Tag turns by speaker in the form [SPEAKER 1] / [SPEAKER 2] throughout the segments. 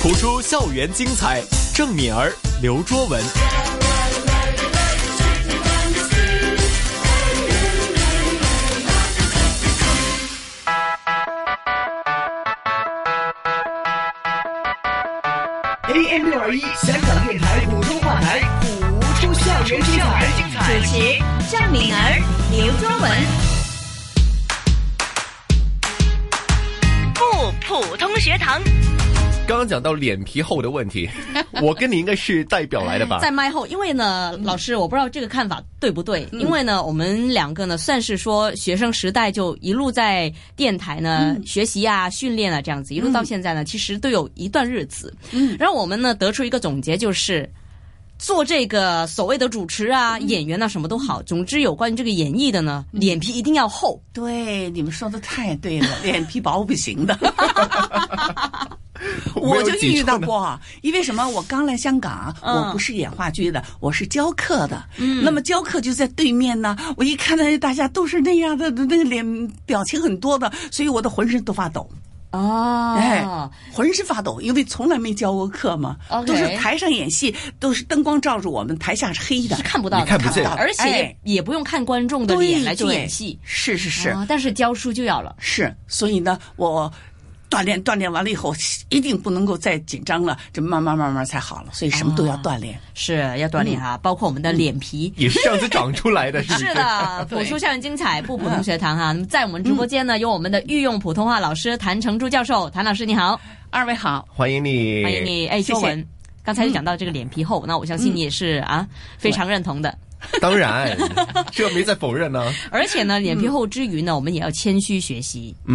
[SPEAKER 1] 谱出校园精彩。郑敏儿、刘卓文。
[SPEAKER 2] AM 六二一香港电台普通话台，谱出校园精彩。
[SPEAKER 3] 主持郑敏儿、刘卓文，不普通学堂。
[SPEAKER 4] 刚刚讲到脸皮厚的问题， 我跟你应该是代表来的吧？
[SPEAKER 5] 在麦后，因为呢，老师，我不知道这个看法对不对，因为呢，我们两个呢，算是说学生时代就一路在电台呢、学习啊、训练啊这样子，一路到现在呢，其实都有一段日子。嗯，然后我们呢得出一个总结，就是做这个所谓的主持啊、演员啊，什么都好，总之有关于这个演艺的呢，脸皮一定要厚。
[SPEAKER 2] 对，你们说的太对了，脸皮薄不行 的。我
[SPEAKER 4] 没有
[SPEAKER 2] 就
[SPEAKER 4] 几
[SPEAKER 2] 遇到
[SPEAKER 4] 处呢
[SPEAKER 2] 过，因为什么？我刚来香港，啊我不是演话剧的，我是教课的。那么教课就在对面呢，我一看到大家都是那样的，那个脸表情很多的，所以我的浑身都发抖。
[SPEAKER 5] 哦
[SPEAKER 2] 哎，浑身发抖，因为从来没教过课嘛
[SPEAKER 5] OK
[SPEAKER 2] 都是台上演戏，都是灯光照着我们，台下是黑的，
[SPEAKER 5] 是看不到的，
[SPEAKER 4] 你看不见
[SPEAKER 5] 而且
[SPEAKER 2] 哎
[SPEAKER 5] 也不用看观众的
[SPEAKER 2] 对
[SPEAKER 5] 脸来去
[SPEAKER 2] 对
[SPEAKER 5] 演戏。
[SPEAKER 2] 是是是、
[SPEAKER 5] 哦但是教书就要了。
[SPEAKER 2] 是，所以呢，我锻炼锻炼完了以后，一定不能够再紧张了，这慢慢慢慢才好了，所以什么都要锻炼。
[SPEAKER 5] 是要锻炼哈、包括我们的脸皮。
[SPEAKER 4] 也是这样子长出来的，是不
[SPEAKER 5] 是的， 嗯
[SPEAKER 2] 对
[SPEAKER 5] 普出校园精彩，不普通学堂哈。那么在我们直播间呢，有我们的御用普通话老师谭成珠教授，谭老师你 好，
[SPEAKER 2] 二位好，
[SPEAKER 4] 欢迎你，
[SPEAKER 5] 欢迎你。哎，
[SPEAKER 2] 谢谢
[SPEAKER 5] 周文，刚才就讲到这个脸皮厚，那我相信你也是啊，非常认同的。
[SPEAKER 4] 当 然，这没在否认呢、
[SPEAKER 5] 而且呢，脸皮厚之余呢，我们也要谦虚学习。啊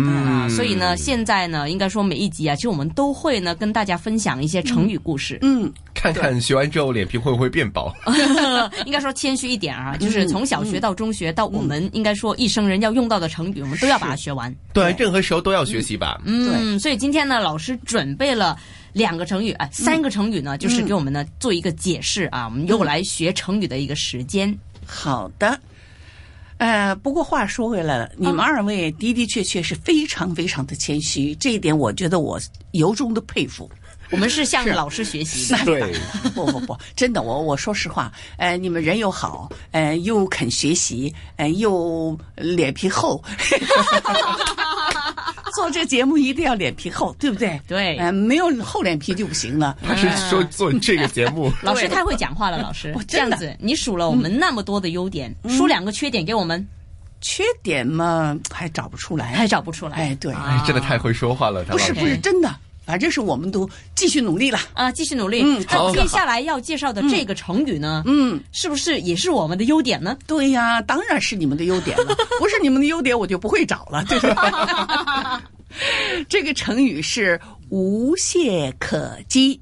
[SPEAKER 4] 嗯，
[SPEAKER 5] 所以呢，现在呢，应该说每一集啊，其实我们都会呢跟大家分享一些成语故事。
[SPEAKER 2] 嗯，
[SPEAKER 4] 看看学完之后脸皮会不会变薄？
[SPEAKER 5] 应该说谦虚一点啊，就是从小学到中学到我们应该说一生人要用到的成语，我们都要把它学完。
[SPEAKER 4] 对，任何时候都要学习吧。
[SPEAKER 5] 嗯，所以今天呢，老师准备了两个成语，
[SPEAKER 2] 嗯
[SPEAKER 5] 哎、三个成语呢，就是给我们呢做一个解释啊，我们又来学成语的一个时
[SPEAKER 2] 嗯
[SPEAKER 5] 间。
[SPEAKER 2] 好的。呃，不过话说回来了，你们二位的的确确是非常非常的谦虚，这一点我觉得我由衷的佩服。
[SPEAKER 5] 我们是向老师学习的，
[SPEAKER 4] 对，
[SPEAKER 2] 不不不，真的，我我说实话，呃，你们人又好，呃，又肯学习，呃，又脸皮厚， 做这节目一定要脸皮厚，对不对？
[SPEAKER 5] 对
[SPEAKER 2] 呃，没有厚脸皮就不行了。
[SPEAKER 4] 他是说做这个节 目，
[SPEAKER 5] 老师太会讲话了，老师
[SPEAKER 2] 我
[SPEAKER 5] 这
[SPEAKER 2] 哦真
[SPEAKER 5] 样
[SPEAKER 2] 的嗯
[SPEAKER 5] 子，你数了我们那么多的优点，说两个缺点给我们，
[SPEAKER 2] 缺点嘛，还找不出
[SPEAKER 5] 还
[SPEAKER 2] 来。
[SPEAKER 5] 找不出来。啊
[SPEAKER 2] 哎，对，
[SPEAKER 4] 哎，真的太会说话了，他
[SPEAKER 2] 不是
[SPEAKER 4] 老师
[SPEAKER 2] 不是真的，反正是我们都继续努力了。
[SPEAKER 5] 啊，继续努力。
[SPEAKER 2] 嗯
[SPEAKER 5] 那
[SPEAKER 4] 好
[SPEAKER 5] 接下来要介绍的这个成语呢，
[SPEAKER 2] 嗯，
[SPEAKER 5] 是不是也是我们的优点呢？
[SPEAKER 2] 对呀，当然是你们的优点了，不是你们的优点我就不会找了，对 吧？这个成语是无懈可击。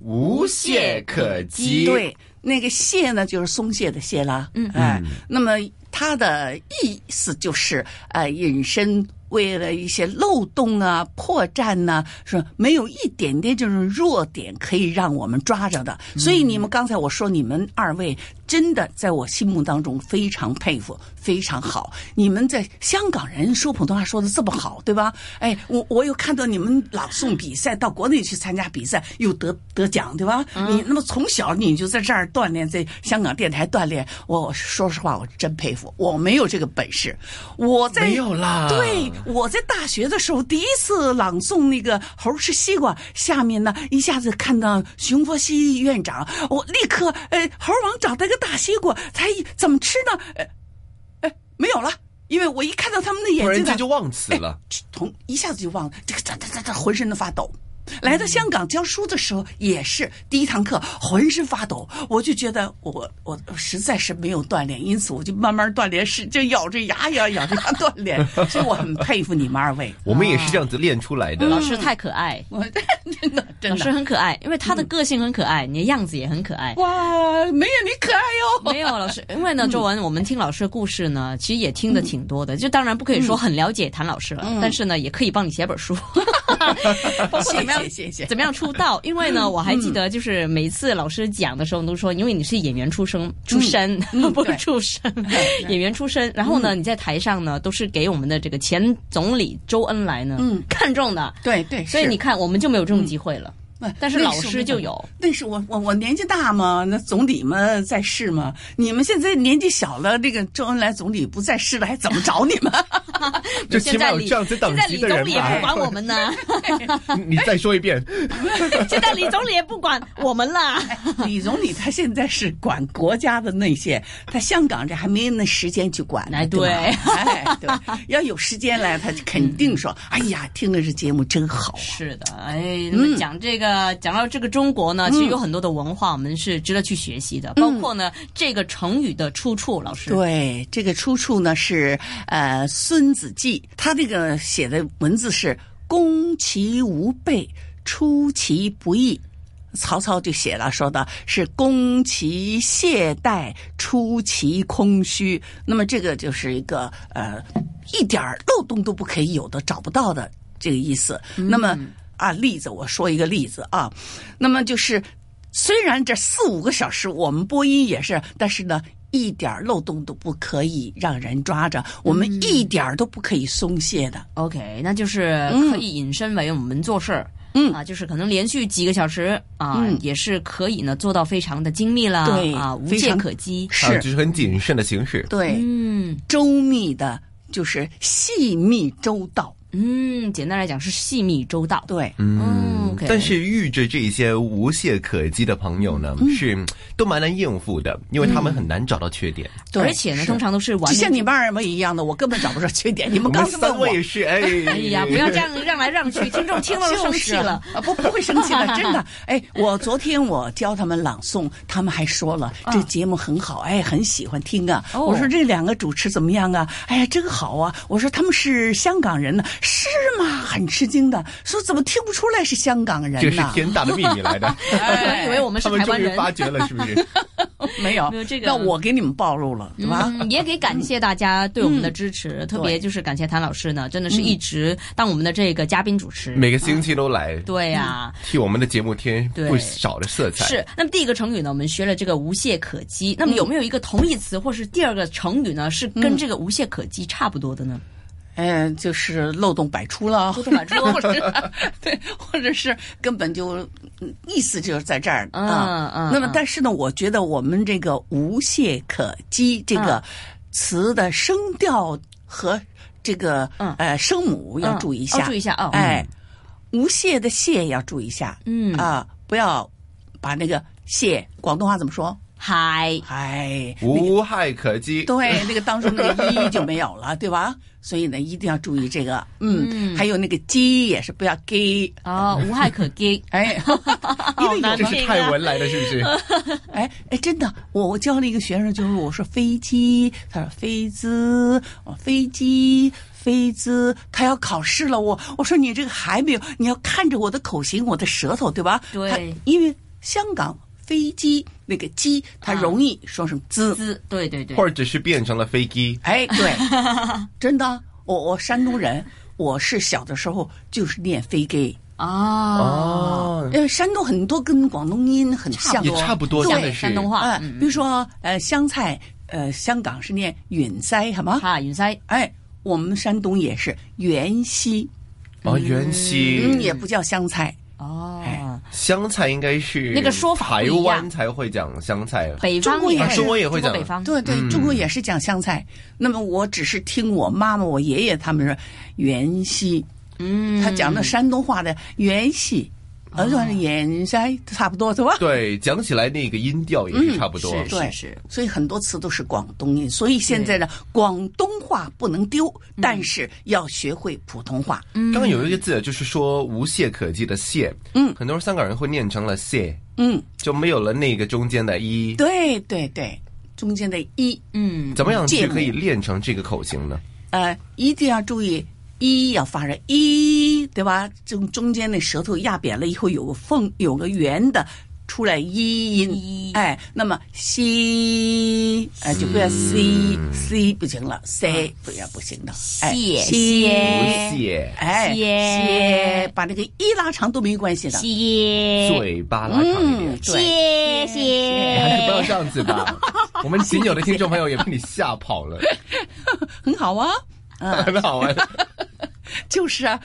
[SPEAKER 4] 无懈可击。，
[SPEAKER 2] 对，那个懈呢，就是松懈的懈啦。嗯，哎、那么它的意思就是，呃，引申为了一些漏洞啊、破绽呐、是没有一点点就是弱点可以让我们抓着的。所以你们刚才我说你们二位真的在我心目当中非常佩服，非常好。你们在香港人说普通话说的这么好，对吧？哎，我我有看到你们朗诵比赛，到国内去参加比赛，又得得奖，对吧？
[SPEAKER 4] 嗯
[SPEAKER 2] 你那么从小你就在这儿锻炼，在香港电台锻炼。我我说实话，我真佩服，我没有这个本事。我在
[SPEAKER 4] 没有啦
[SPEAKER 2] 对，我在大学的时候第一次朗诵那个《猴吃西瓜》，下面呢一下子看到熊佛西院长，我立刻呃，猴王找到一个大西瓜，他一怎么吃呢？呃，哎，没有了。因为我一看到他们的眼
[SPEAKER 4] 突然
[SPEAKER 2] 睛呢
[SPEAKER 4] 间就忘词 了。
[SPEAKER 2] 同一下子就忘了，这个哒哒哒哒，浑身的发抖。来到香港教书的时候，也是第一堂课浑身发抖，我就觉得我我我实在是没有锻炼，因此我就慢慢锻炼，是就咬着牙咬咬着牙锻 炼，所以我很佩服你们二 位，
[SPEAKER 4] 我们也是这样子练出来的。
[SPEAKER 5] 老师太可爱，
[SPEAKER 2] 我真的嗯嗯真
[SPEAKER 5] 老师
[SPEAKER 2] 的
[SPEAKER 5] 很可爱，因为他的个性很可爱，你的样子也很可爱。
[SPEAKER 2] 哇，没有你可爱哟、
[SPEAKER 5] 没有老师，因为
[SPEAKER 4] 嗯
[SPEAKER 5] 呢，周文，我们听老师的故事呢，其实也听得挺多的。就当然不可以说
[SPEAKER 4] 嗯
[SPEAKER 5] 很了解谭老师了，但是呢，也可以帮你写本 书，包括怎么样
[SPEAKER 2] 谢谢谢谢
[SPEAKER 5] 怎么样出道。因为
[SPEAKER 4] 嗯
[SPEAKER 5] 呢，我还记得，就是每一次老师讲的时候，你都说，因为你是演员出
[SPEAKER 4] 嗯
[SPEAKER 5] 生出身， 不是
[SPEAKER 2] 对
[SPEAKER 5] 出生，演员出身。然后呢，
[SPEAKER 4] 嗯
[SPEAKER 5] 你在台上呢，都是给我们的这个前总理周恩来呢看中的，
[SPEAKER 4] 嗯
[SPEAKER 2] 对对，
[SPEAKER 5] 所以
[SPEAKER 2] 是
[SPEAKER 5] 你看，我们就没有这种机会了。
[SPEAKER 4] 嗯
[SPEAKER 2] 那
[SPEAKER 5] 但是
[SPEAKER 2] 那
[SPEAKER 5] 老
[SPEAKER 2] 我
[SPEAKER 5] 师就有。
[SPEAKER 2] 那是我我我年纪大嘛，那总理们在世嘛，你们现在年纪小了，这个周恩来总理不在世了，还怎么找你们？
[SPEAKER 4] 就
[SPEAKER 5] 现
[SPEAKER 4] 起
[SPEAKER 5] 在
[SPEAKER 4] 码有
[SPEAKER 5] 李
[SPEAKER 4] 这样子等
[SPEAKER 5] 现在
[SPEAKER 4] 级
[SPEAKER 5] 李
[SPEAKER 4] 的
[SPEAKER 5] 总
[SPEAKER 4] 人
[SPEAKER 5] 理也
[SPEAKER 4] 吧
[SPEAKER 5] 不管。我们呢，
[SPEAKER 4] 你再说一 遍，啊
[SPEAKER 5] 现在李总理也不管我们啦。
[SPEAKER 2] 李总理他现在是管国家的内线，他香港这还没那时间去管呢，
[SPEAKER 5] 哎对嗯
[SPEAKER 2] 吧哎对，要有时间来，他就肯定说，哎呀，听了这节目真好啊。
[SPEAKER 5] 是的，哎，那么
[SPEAKER 2] 嗯
[SPEAKER 5] 讲这个、讲到这个中国呢，其实有很多的文化，我们是值得去学习的，包括呢这个成语的出处，老师。
[SPEAKER 2] 嗯对，这个出处呢是呃《孙子记》，他这个写的文字是“攻其无备，出其不意”。曹操就写了，说的是“攻其懈怠，出其空虚”。那么这个就是一个呃一点儿漏洞都不可以有的、找不到的这个意思。那么啊，例子我说一个例子啊，那么就是虽然这四五个小时我们播音也是，但是呢，一点儿漏洞都不可以让人抓着，我们一点儿都不可以松懈的。
[SPEAKER 5] OK，那就是可以引申为我们做事儿。
[SPEAKER 2] 嗯
[SPEAKER 5] 啊，就是可能连续几个小时啊，
[SPEAKER 2] 嗯
[SPEAKER 5] 也是可以呢做到非常的精密啦，
[SPEAKER 2] 对
[SPEAKER 5] 啊，无
[SPEAKER 2] 非
[SPEAKER 5] 懈
[SPEAKER 2] 常
[SPEAKER 5] 可击。
[SPEAKER 4] 啊，
[SPEAKER 2] 是
[SPEAKER 4] 就是很谨慎的行事。
[SPEAKER 2] 对，
[SPEAKER 5] 嗯
[SPEAKER 2] 周密的，就是细密周到。
[SPEAKER 5] 嗯，简单来讲是细密周到。
[SPEAKER 2] 对，
[SPEAKER 5] 嗯，OK
[SPEAKER 4] 但是遇着这些无懈可击的朋友呢，
[SPEAKER 5] 嗯
[SPEAKER 4] 是都蛮难应付的，因为他们很难找到缺点。
[SPEAKER 2] 对
[SPEAKER 5] 而且呢，
[SPEAKER 2] 是
[SPEAKER 5] 通常都是完
[SPEAKER 2] 就
[SPEAKER 5] 美
[SPEAKER 2] 像你们二位一样的，我根本找不着缺点。你
[SPEAKER 4] 我们
[SPEAKER 2] 们刚才问
[SPEAKER 4] 三
[SPEAKER 2] 我
[SPEAKER 4] 位。是哎，哎
[SPEAKER 5] 哎呀，不要这样让来让去， 听众听了都生气了。
[SPEAKER 2] 就是啊！不，不会生气了， 真的。哎，我昨天我教他们朗诵，他们还说了这节目很好，哎，很喜欢听啊。
[SPEAKER 5] 嗯哦
[SPEAKER 2] 我说这两个主持怎么样啊？哎呀，真好啊！我说他们是香港人呢，是吗？很吃惊的，说怎么听不出来是香港人
[SPEAKER 4] 这是
[SPEAKER 2] 呢？
[SPEAKER 4] 天大的秘密来的。
[SPEAKER 5] 我以为 我们是
[SPEAKER 4] 他们
[SPEAKER 5] 台
[SPEAKER 4] 终
[SPEAKER 5] 湾
[SPEAKER 4] 于
[SPEAKER 5] 人，嗯
[SPEAKER 4] 发觉了，是不 是？
[SPEAKER 2] 没有
[SPEAKER 5] 没有这个
[SPEAKER 2] 那我给你们暴露了，对吧？
[SPEAKER 5] 嗯，也给感谢大家对我们的支持，特别就是感谢谭老师呢，真的是一直当我们的这个嘉宾主持。
[SPEAKER 4] 每个星期都来，
[SPEAKER 5] 对呀、
[SPEAKER 4] 替我们的节目添
[SPEAKER 5] 对
[SPEAKER 4] 不少的色彩。
[SPEAKER 5] 是。那么第一个成语呢，我们学了这个无懈可击。那么有没有一个同义词或是第二个成语呢，是跟这个无懈可击差不多的 呢？
[SPEAKER 2] 嗯，就是漏洞百出了，
[SPEAKER 5] 漏洞百出
[SPEAKER 2] 或者 对，或者是根本就嗯意思就是在这儿
[SPEAKER 5] 嗯
[SPEAKER 2] 啊。
[SPEAKER 5] 嗯
[SPEAKER 2] 那么
[SPEAKER 5] 嗯，
[SPEAKER 2] 但是呢，我觉得我们这个“无懈可击”这
[SPEAKER 5] 嗯
[SPEAKER 2] 个词的声调和这个、
[SPEAKER 5] 嗯
[SPEAKER 2] 呃声母要注意一
[SPEAKER 5] 嗯
[SPEAKER 2] 下，
[SPEAKER 5] 哦注意一下哦。
[SPEAKER 2] 哎，无懈的懈要注意一下，
[SPEAKER 5] 嗯
[SPEAKER 2] 啊，不要把那个懈，广东话怎么说？
[SPEAKER 5] 嗨，
[SPEAKER 2] 哎，
[SPEAKER 4] 无害可击。
[SPEAKER 2] 对，那个当中那个一就没有了，对吧？所以呢，一定要注意这个，嗯，还有那个鸡也是不要给，
[SPEAKER 5] 哦，无害可击。
[SPEAKER 2] 哎，因
[SPEAKER 5] 好
[SPEAKER 2] 为有
[SPEAKER 5] 难
[SPEAKER 4] 这
[SPEAKER 5] 哦
[SPEAKER 4] 是泰文来的，是不 是？
[SPEAKER 2] 哎哎，真的，我我教了一个学生，就是我说飞机，他说飞机，我飞机。飞机，他要考试了，我我说你这个还没有，你要看着我的口型，我的舌头，对吧？
[SPEAKER 5] 对
[SPEAKER 2] 他因为香港飞机那个鸡，它
[SPEAKER 5] 啊
[SPEAKER 2] 容易说成滋、
[SPEAKER 5] 滋，对对对。
[SPEAKER 4] 或者是变成了飞机？
[SPEAKER 2] 哎，对，真的，我我山东人，我是小的时候就是念飞给，
[SPEAKER 5] 哦，
[SPEAKER 4] 哦，
[SPEAKER 2] 因为山东很多跟广东音很像
[SPEAKER 4] 也，差不多，
[SPEAKER 5] 像
[SPEAKER 4] 真的是
[SPEAKER 5] 山东话嗯
[SPEAKER 2] 哎，比如说呃香菜，呃香港是念远塞，好吗？
[SPEAKER 5] 嗯哈云塞。
[SPEAKER 2] 哎，我们山东也是芫荽，
[SPEAKER 4] 哦，原西
[SPEAKER 2] 嗯，也不叫香菜，
[SPEAKER 5] 哦
[SPEAKER 2] 哎，
[SPEAKER 4] 香菜应该是
[SPEAKER 5] 那个说法不
[SPEAKER 4] 台
[SPEAKER 5] 一样
[SPEAKER 4] 湾才会讲香菜，
[SPEAKER 5] 北方
[SPEAKER 2] 中国也
[SPEAKER 5] 也
[SPEAKER 2] 是
[SPEAKER 5] 是，
[SPEAKER 4] 啊中国也会
[SPEAKER 5] 中
[SPEAKER 4] 讲
[SPEAKER 5] 北方。
[SPEAKER 2] 对对，中国也是讲香菜。那么我只是听我妈妈、我爷爷他们说芫荽，
[SPEAKER 5] 嗯，
[SPEAKER 2] 他讲的山东话的芫荽，呃，算是芫塞，差不多是吧？
[SPEAKER 4] 对，讲起来那个音调也是差不多。
[SPEAKER 5] 嗯是
[SPEAKER 2] 对，
[SPEAKER 5] 是
[SPEAKER 2] 所以很多词都是广东音，所以现在呢，广东话不能丢，但是要学会普通话。
[SPEAKER 4] 刚
[SPEAKER 5] 嗯
[SPEAKER 4] 刚有一个字就是说无懈可击的懈，嗯，很多香港人会念成了懈，
[SPEAKER 2] 嗯，
[SPEAKER 4] 就没有了那个中间的一。
[SPEAKER 2] 对对对，中间的一，
[SPEAKER 5] 嗯，
[SPEAKER 4] 怎么样去
[SPEAKER 2] 芥末
[SPEAKER 4] 可以练成这个口型呢？
[SPEAKER 2] 呃，一定要注意一要发着一，对吧？中中间那舌头压扁了以后有个缝，有个圆的。出来一
[SPEAKER 5] 一嗯
[SPEAKER 2] 音，哎，那么西，哎，就不要 c c 不行了，c 不要不行的，哎，
[SPEAKER 5] 啊谢
[SPEAKER 4] 无
[SPEAKER 5] 谢
[SPEAKER 4] 懈，
[SPEAKER 2] 哎，
[SPEAKER 5] 谢
[SPEAKER 2] 歇把那个一拉长都没关系的。
[SPEAKER 5] 谢
[SPEAKER 4] 嘴巴拉长一点
[SPEAKER 2] 嗯，
[SPEAKER 5] 谢
[SPEAKER 4] 你还是不
[SPEAKER 5] 谢。
[SPEAKER 4] 要这样子吧。
[SPEAKER 5] 哎
[SPEAKER 4] 我们仅有的听众朋友也被你吓跑了，
[SPEAKER 2] 很好啊，
[SPEAKER 5] 嗯
[SPEAKER 4] 很好 玩。
[SPEAKER 2] 就是啊，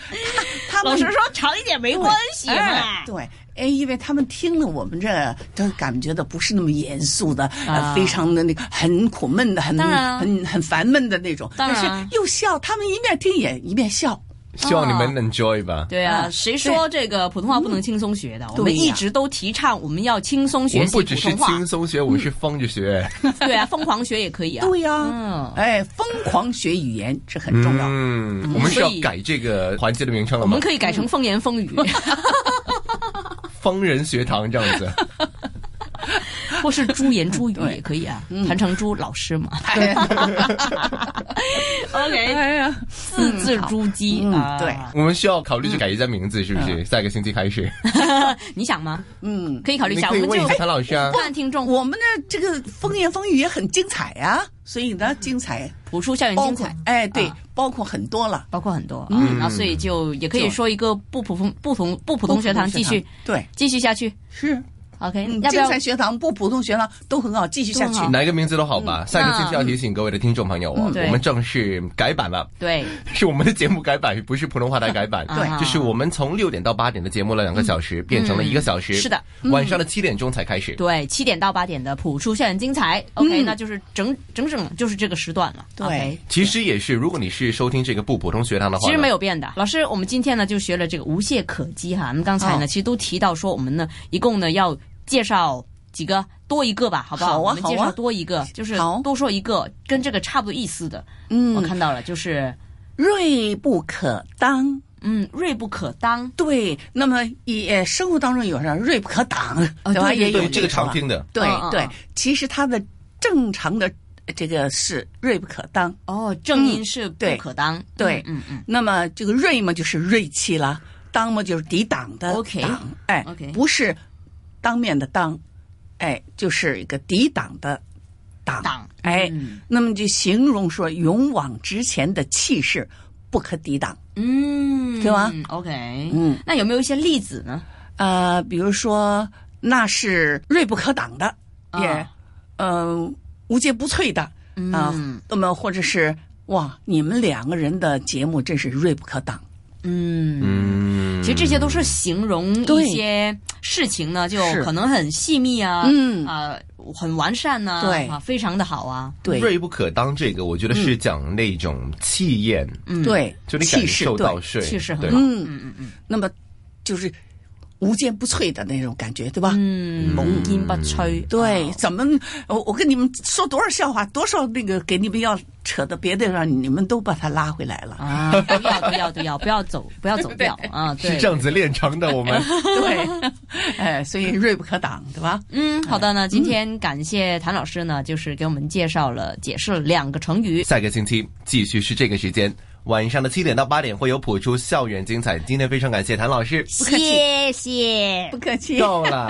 [SPEAKER 2] 他他
[SPEAKER 5] 老
[SPEAKER 2] 们
[SPEAKER 5] 师说长一点没关系
[SPEAKER 2] 哎
[SPEAKER 5] 嘛。
[SPEAKER 2] 对，哎，因为他们听了我们这，都感觉到不是那么严肃的，
[SPEAKER 5] 啊
[SPEAKER 2] 呃，非常的那个很苦闷的，很
[SPEAKER 5] 当然啊
[SPEAKER 2] 很很烦闷的那种。
[SPEAKER 5] 当然
[SPEAKER 2] 但
[SPEAKER 5] 啊
[SPEAKER 2] 是又笑，他们一面听也一面笑。
[SPEAKER 4] 希望你们 enjoy 吧。
[SPEAKER 5] 对啊，
[SPEAKER 2] 啊
[SPEAKER 5] 谁说这个普通话不能轻松学的？我
[SPEAKER 2] 对
[SPEAKER 5] 们
[SPEAKER 2] 呀
[SPEAKER 5] 一直都提倡我们要轻松
[SPEAKER 4] 我
[SPEAKER 5] 学
[SPEAKER 4] 们
[SPEAKER 5] 习
[SPEAKER 4] 不
[SPEAKER 5] 普
[SPEAKER 4] 只是
[SPEAKER 5] 通话嗯
[SPEAKER 4] 轻，松学，我们是疯着 学。
[SPEAKER 5] 对啊，疯狂学也可以啊。
[SPEAKER 2] 对呀、
[SPEAKER 5] 嗯
[SPEAKER 2] 哎，疯狂学语言这很重要。
[SPEAKER 4] 嗯，我们是要
[SPEAKER 5] 所以
[SPEAKER 4] 改这个环节的名称了
[SPEAKER 5] 我
[SPEAKER 4] 吗
[SPEAKER 5] 们？可以改成风言风语，
[SPEAKER 4] 疯人学堂这 样子。
[SPEAKER 5] 或是朱言朱语
[SPEAKER 2] 对
[SPEAKER 5] 也可以啊。谭成珠老师嘛
[SPEAKER 2] 哎
[SPEAKER 5] ，OK，
[SPEAKER 2] 哎呀，
[SPEAKER 5] 字字珠玑
[SPEAKER 2] 嗯
[SPEAKER 5] 啊。
[SPEAKER 2] 对
[SPEAKER 4] 我们需要考虑去改一下名字，是不
[SPEAKER 5] 嗯
[SPEAKER 4] 是？下一个星期开 始，
[SPEAKER 5] 你想吗？
[SPEAKER 2] 嗯，
[SPEAKER 5] 可以考虑一
[SPEAKER 4] 你
[SPEAKER 5] 下，
[SPEAKER 4] 可
[SPEAKER 5] 我
[SPEAKER 4] 以
[SPEAKER 5] 们
[SPEAKER 4] 问一
[SPEAKER 5] 就
[SPEAKER 4] 下谭老师啊。
[SPEAKER 5] 看听众
[SPEAKER 2] 我们的这个风言风语也很精彩呀、所以呢，精彩
[SPEAKER 5] 谱出校园
[SPEAKER 2] 包
[SPEAKER 5] 精
[SPEAKER 2] 括
[SPEAKER 5] 彩，
[SPEAKER 2] 哎，对
[SPEAKER 5] 啊，
[SPEAKER 2] 包括很多了。
[SPEAKER 5] 包括很多
[SPEAKER 2] 嗯
[SPEAKER 5] 啊。那所以就也可以说一个不普通不同不普
[SPEAKER 2] 普
[SPEAKER 5] 通学堂继续
[SPEAKER 2] 对
[SPEAKER 5] 继续下去。
[SPEAKER 2] 是，
[SPEAKER 5] OK，
[SPEAKER 2] 嗯，
[SPEAKER 5] 要不
[SPEAKER 2] 精
[SPEAKER 5] 要
[SPEAKER 2] 彩学堂不普通学堂都很好，继续下去
[SPEAKER 5] 都。很好
[SPEAKER 4] 哪一个名字都好吧，下个星期要提醒各位的听众朋友哦，
[SPEAKER 5] 嗯
[SPEAKER 4] 我们正式改版了，
[SPEAKER 5] 对？
[SPEAKER 4] 是我们的节目改版，不是普通话台改版，
[SPEAKER 5] 对
[SPEAKER 4] 就是我们从六点到八点的节目了，两个小时变成了一个小时，
[SPEAKER 5] 嗯是的，嗯
[SPEAKER 4] 晚上的七点钟才开始。
[SPEAKER 5] 对，七点到八点的普出校园精彩。OK，、那就是整整整就是这个时段了。
[SPEAKER 2] 嗯对
[SPEAKER 5] OK
[SPEAKER 4] 其实也是，如果你是收听这个不普通学堂的话呢，
[SPEAKER 5] 其实没有变的，老师，我们今天呢就学了这个无懈可击哈。那么刚才呢，
[SPEAKER 2] 哦
[SPEAKER 5] 其实都提到说，我们呢一共呢要介绍几个，多一个吧，好不
[SPEAKER 2] 好啊
[SPEAKER 5] 我们介
[SPEAKER 2] 好
[SPEAKER 5] 绍
[SPEAKER 2] 啊
[SPEAKER 5] 多一个，就是
[SPEAKER 2] 好
[SPEAKER 5] 多说一个跟这个差不多意思的。我
[SPEAKER 2] 嗯，
[SPEAKER 5] 看到了，就是
[SPEAKER 2] 锐不可当。
[SPEAKER 5] 嗯，锐不可当。
[SPEAKER 2] 对，那么也呃生活当中有人锐不可挡，
[SPEAKER 5] 啊
[SPEAKER 2] 对吧？
[SPEAKER 5] 对对
[SPEAKER 2] 也有
[SPEAKER 4] 对这个常
[SPEAKER 2] 种啊
[SPEAKER 4] 听的，
[SPEAKER 2] 对
[SPEAKER 5] 嗯嗯
[SPEAKER 2] 对
[SPEAKER 5] 嗯，
[SPEAKER 2] 其实它的正常的这个是锐不可当。
[SPEAKER 5] 哦，正音是不
[SPEAKER 2] 对
[SPEAKER 5] 可当。
[SPEAKER 2] 对
[SPEAKER 5] 嗯嗯
[SPEAKER 2] 那么这个锐嘛，就是锐气啦；当嘛，就是抵挡的
[SPEAKER 5] OK
[SPEAKER 2] 挡。哎
[SPEAKER 5] OK
[SPEAKER 2] 不是当面的当，哎，就是一个抵挡的挡。
[SPEAKER 5] 挡
[SPEAKER 2] 哎，
[SPEAKER 5] 嗯
[SPEAKER 2] 那么就形容说勇往直前的气势不可抵挡。
[SPEAKER 5] 嗯，
[SPEAKER 2] 对吧
[SPEAKER 5] ？OK，
[SPEAKER 2] 嗯，
[SPEAKER 5] 那有没有一些例子呢？
[SPEAKER 2] 呃，比如说那是锐不可挡的，
[SPEAKER 5] 啊
[SPEAKER 2] 也呃无坚不摧的啊
[SPEAKER 5] 嗯。
[SPEAKER 2] 那么或者是哇，你们两个人的节目真是锐不可挡。
[SPEAKER 5] 嗯
[SPEAKER 4] 嗯，
[SPEAKER 5] 其实这些都是形容
[SPEAKER 2] 对
[SPEAKER 5] 一些事情呢，就是可能很细密啊，
[SPEAKER 2] 嗯
[SPEAKER 5] 啊、很完善呐、啊，
[SPEAKER 2] 对
[SPEAKER 5] 非常的好啊，
[SPEAKER 2] 对
[SPEAKER 4] 锐不可当这个，我觉得是讲那种气焰，
[SPEAKER 5] 嗯，，
[SPEAKER 2] 对，
[SPEAKER 4] 就你感
[SPEAKER 2] 气势
[SPEAKER 4] 受
[SPEAKER 2] 对
[SPEAKER 4] 到是
[SPEAKER 5] 气势很
[SPEAKER 4] 对
[SPEAKER 5] 好，
[SPEAKER 2] 嗯
[SPEAKER 5] 嗯嗯嗯
[SPEAKER 2] 那么就是无坚不摧的那种感觉，对吧？
[SPEAKER 5] 嗯，无坚不摧，
[SPEAKER 2] 对，
[SPEAKER 5] 啊
[SPEAKER 2] 怎么我我跟你们说多少笑话，多少那个给你们要扯到别的让你们都把它拉回来了。
[SPEAKER 5] 啊，都要都要都要，不要 走，不要走掉啊！
[SPEAKER 4] 是
[SPEAKER 5] 对
[SPEAKER 4] 这，样子练成的。 我们
[SPEAKER 2] 对， 哎，所以锐不可挡，对吧？
[SPEAKER 5] 嗯，好的呢，今天感谢谭老师呢，就是给我们介绍了、解释了两个成语。
[SPEAKER 4] 下个星期继续是这个时间，晚上的七点到八点会有谱出校园精彩。今天非常感谢谭老师，
[SPEAKER 2] 客气
[SPEAKER 5] 谢谢，
[SPEAKER 2] 不客气。
[SPEAKER 4] 够了。